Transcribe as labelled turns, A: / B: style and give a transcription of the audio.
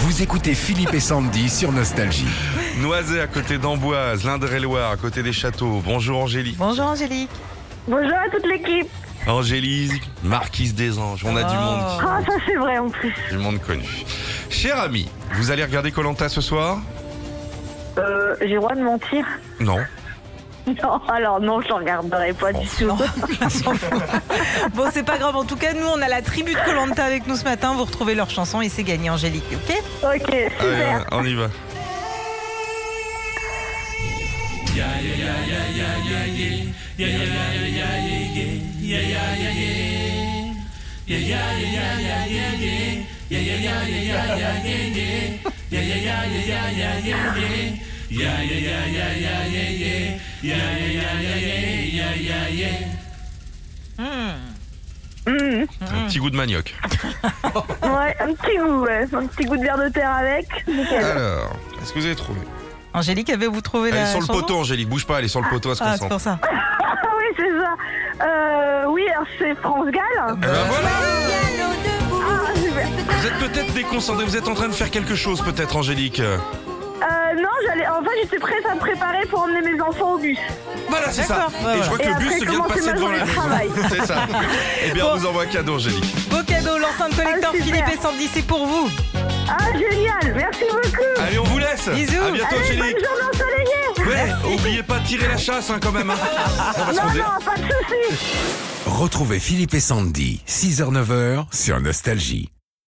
A: Vous écoutez Philippe et Sandy sur Nostalgie.
B: Noisé à côté d'Amboise, l'Indre-et-Loire à côté des châteaux. Bonjour Angélique.
C: Bonjour Angélique.
D: Bonjour à toute l'équipe.
B: Angélique, marquise des anges. On a du
C: Oh.
B: monde,
D: Ah, ça c'est vrai en plus.
B: du monde connu. Cher ami, vous allez regarder Colanta ce soir
D: Euh, j'ai le droit de mentir
B: Non.
D: Non, alors non, je ne regarderai pas du tout.
C: Bon, c'est pas grave. En tout cas, nous, on a la tribu de Colanta avec nous ce matin. Vous retrouvez leur chanson et c'est gagné, Angélique. Ok
D: Ok,
B: Allez,
D: super.
B: on y va.
D: Mhm.
B: Un petit goût de manioc.
D: Ouais, un petit goût, ouais. un petit goût de verre de terre avec. Nickel.
B: Alors, est-ce que vous avez trouvé
C: Angélique, avez-vous trouvé
B: Elle
C: la
B: est sur le
C: chanson
B: poteau, Angélique. Bouge pas, elle est sur le poteau à ce
C: Ah,
B: qu'on
C: c'est
B: sent.
C: pour ça.
D: Ah oui, c'est ça. Euh, oui, alors c'est France Gall.
B: Eh ben voilà
D: Ah, super.
B: Vous êtes peut-être déconcentré, vous êtes en train de faire quelque chose peut-être, Angélique.
D: Euh, non, j'allais. En fait, j'étais prête à me préparer pour emmener mes enfants au bus.
B: Voilà, c'est ça.
C: D'accord, ouais,
B: Et je
C: ouais.
B: crois que
D: Et
B: le
D: après,
B: bus vient de
D: commencer
B: passer
D: ma
B: devant
D: journée
B: la
D: de
B: maison.
D: travail.
B: C'est ça. Eh bien, on vous envoie un cadeau, Angélique.
C: Beau cadeau, l'enceinte collecteur
D: Ah, super.
C: Philippe et Sandy, c'est pour vous.
D: Ah, génial, merci beaucoup.
B: Allez, on vous laisse.
C: Bisous.
B: À bientôt,
D: Allez,
B: Angélique.
D: bonne journée ensoleillée.
B: Ouais, oubliez pas de tirer la chasse hein, quand même. hein. On va se
D: Non,
B: poser.
D: non, pas de soucis.
A: Retrouvez Philippe et Sandy, 6h-9h sur Nostalgie.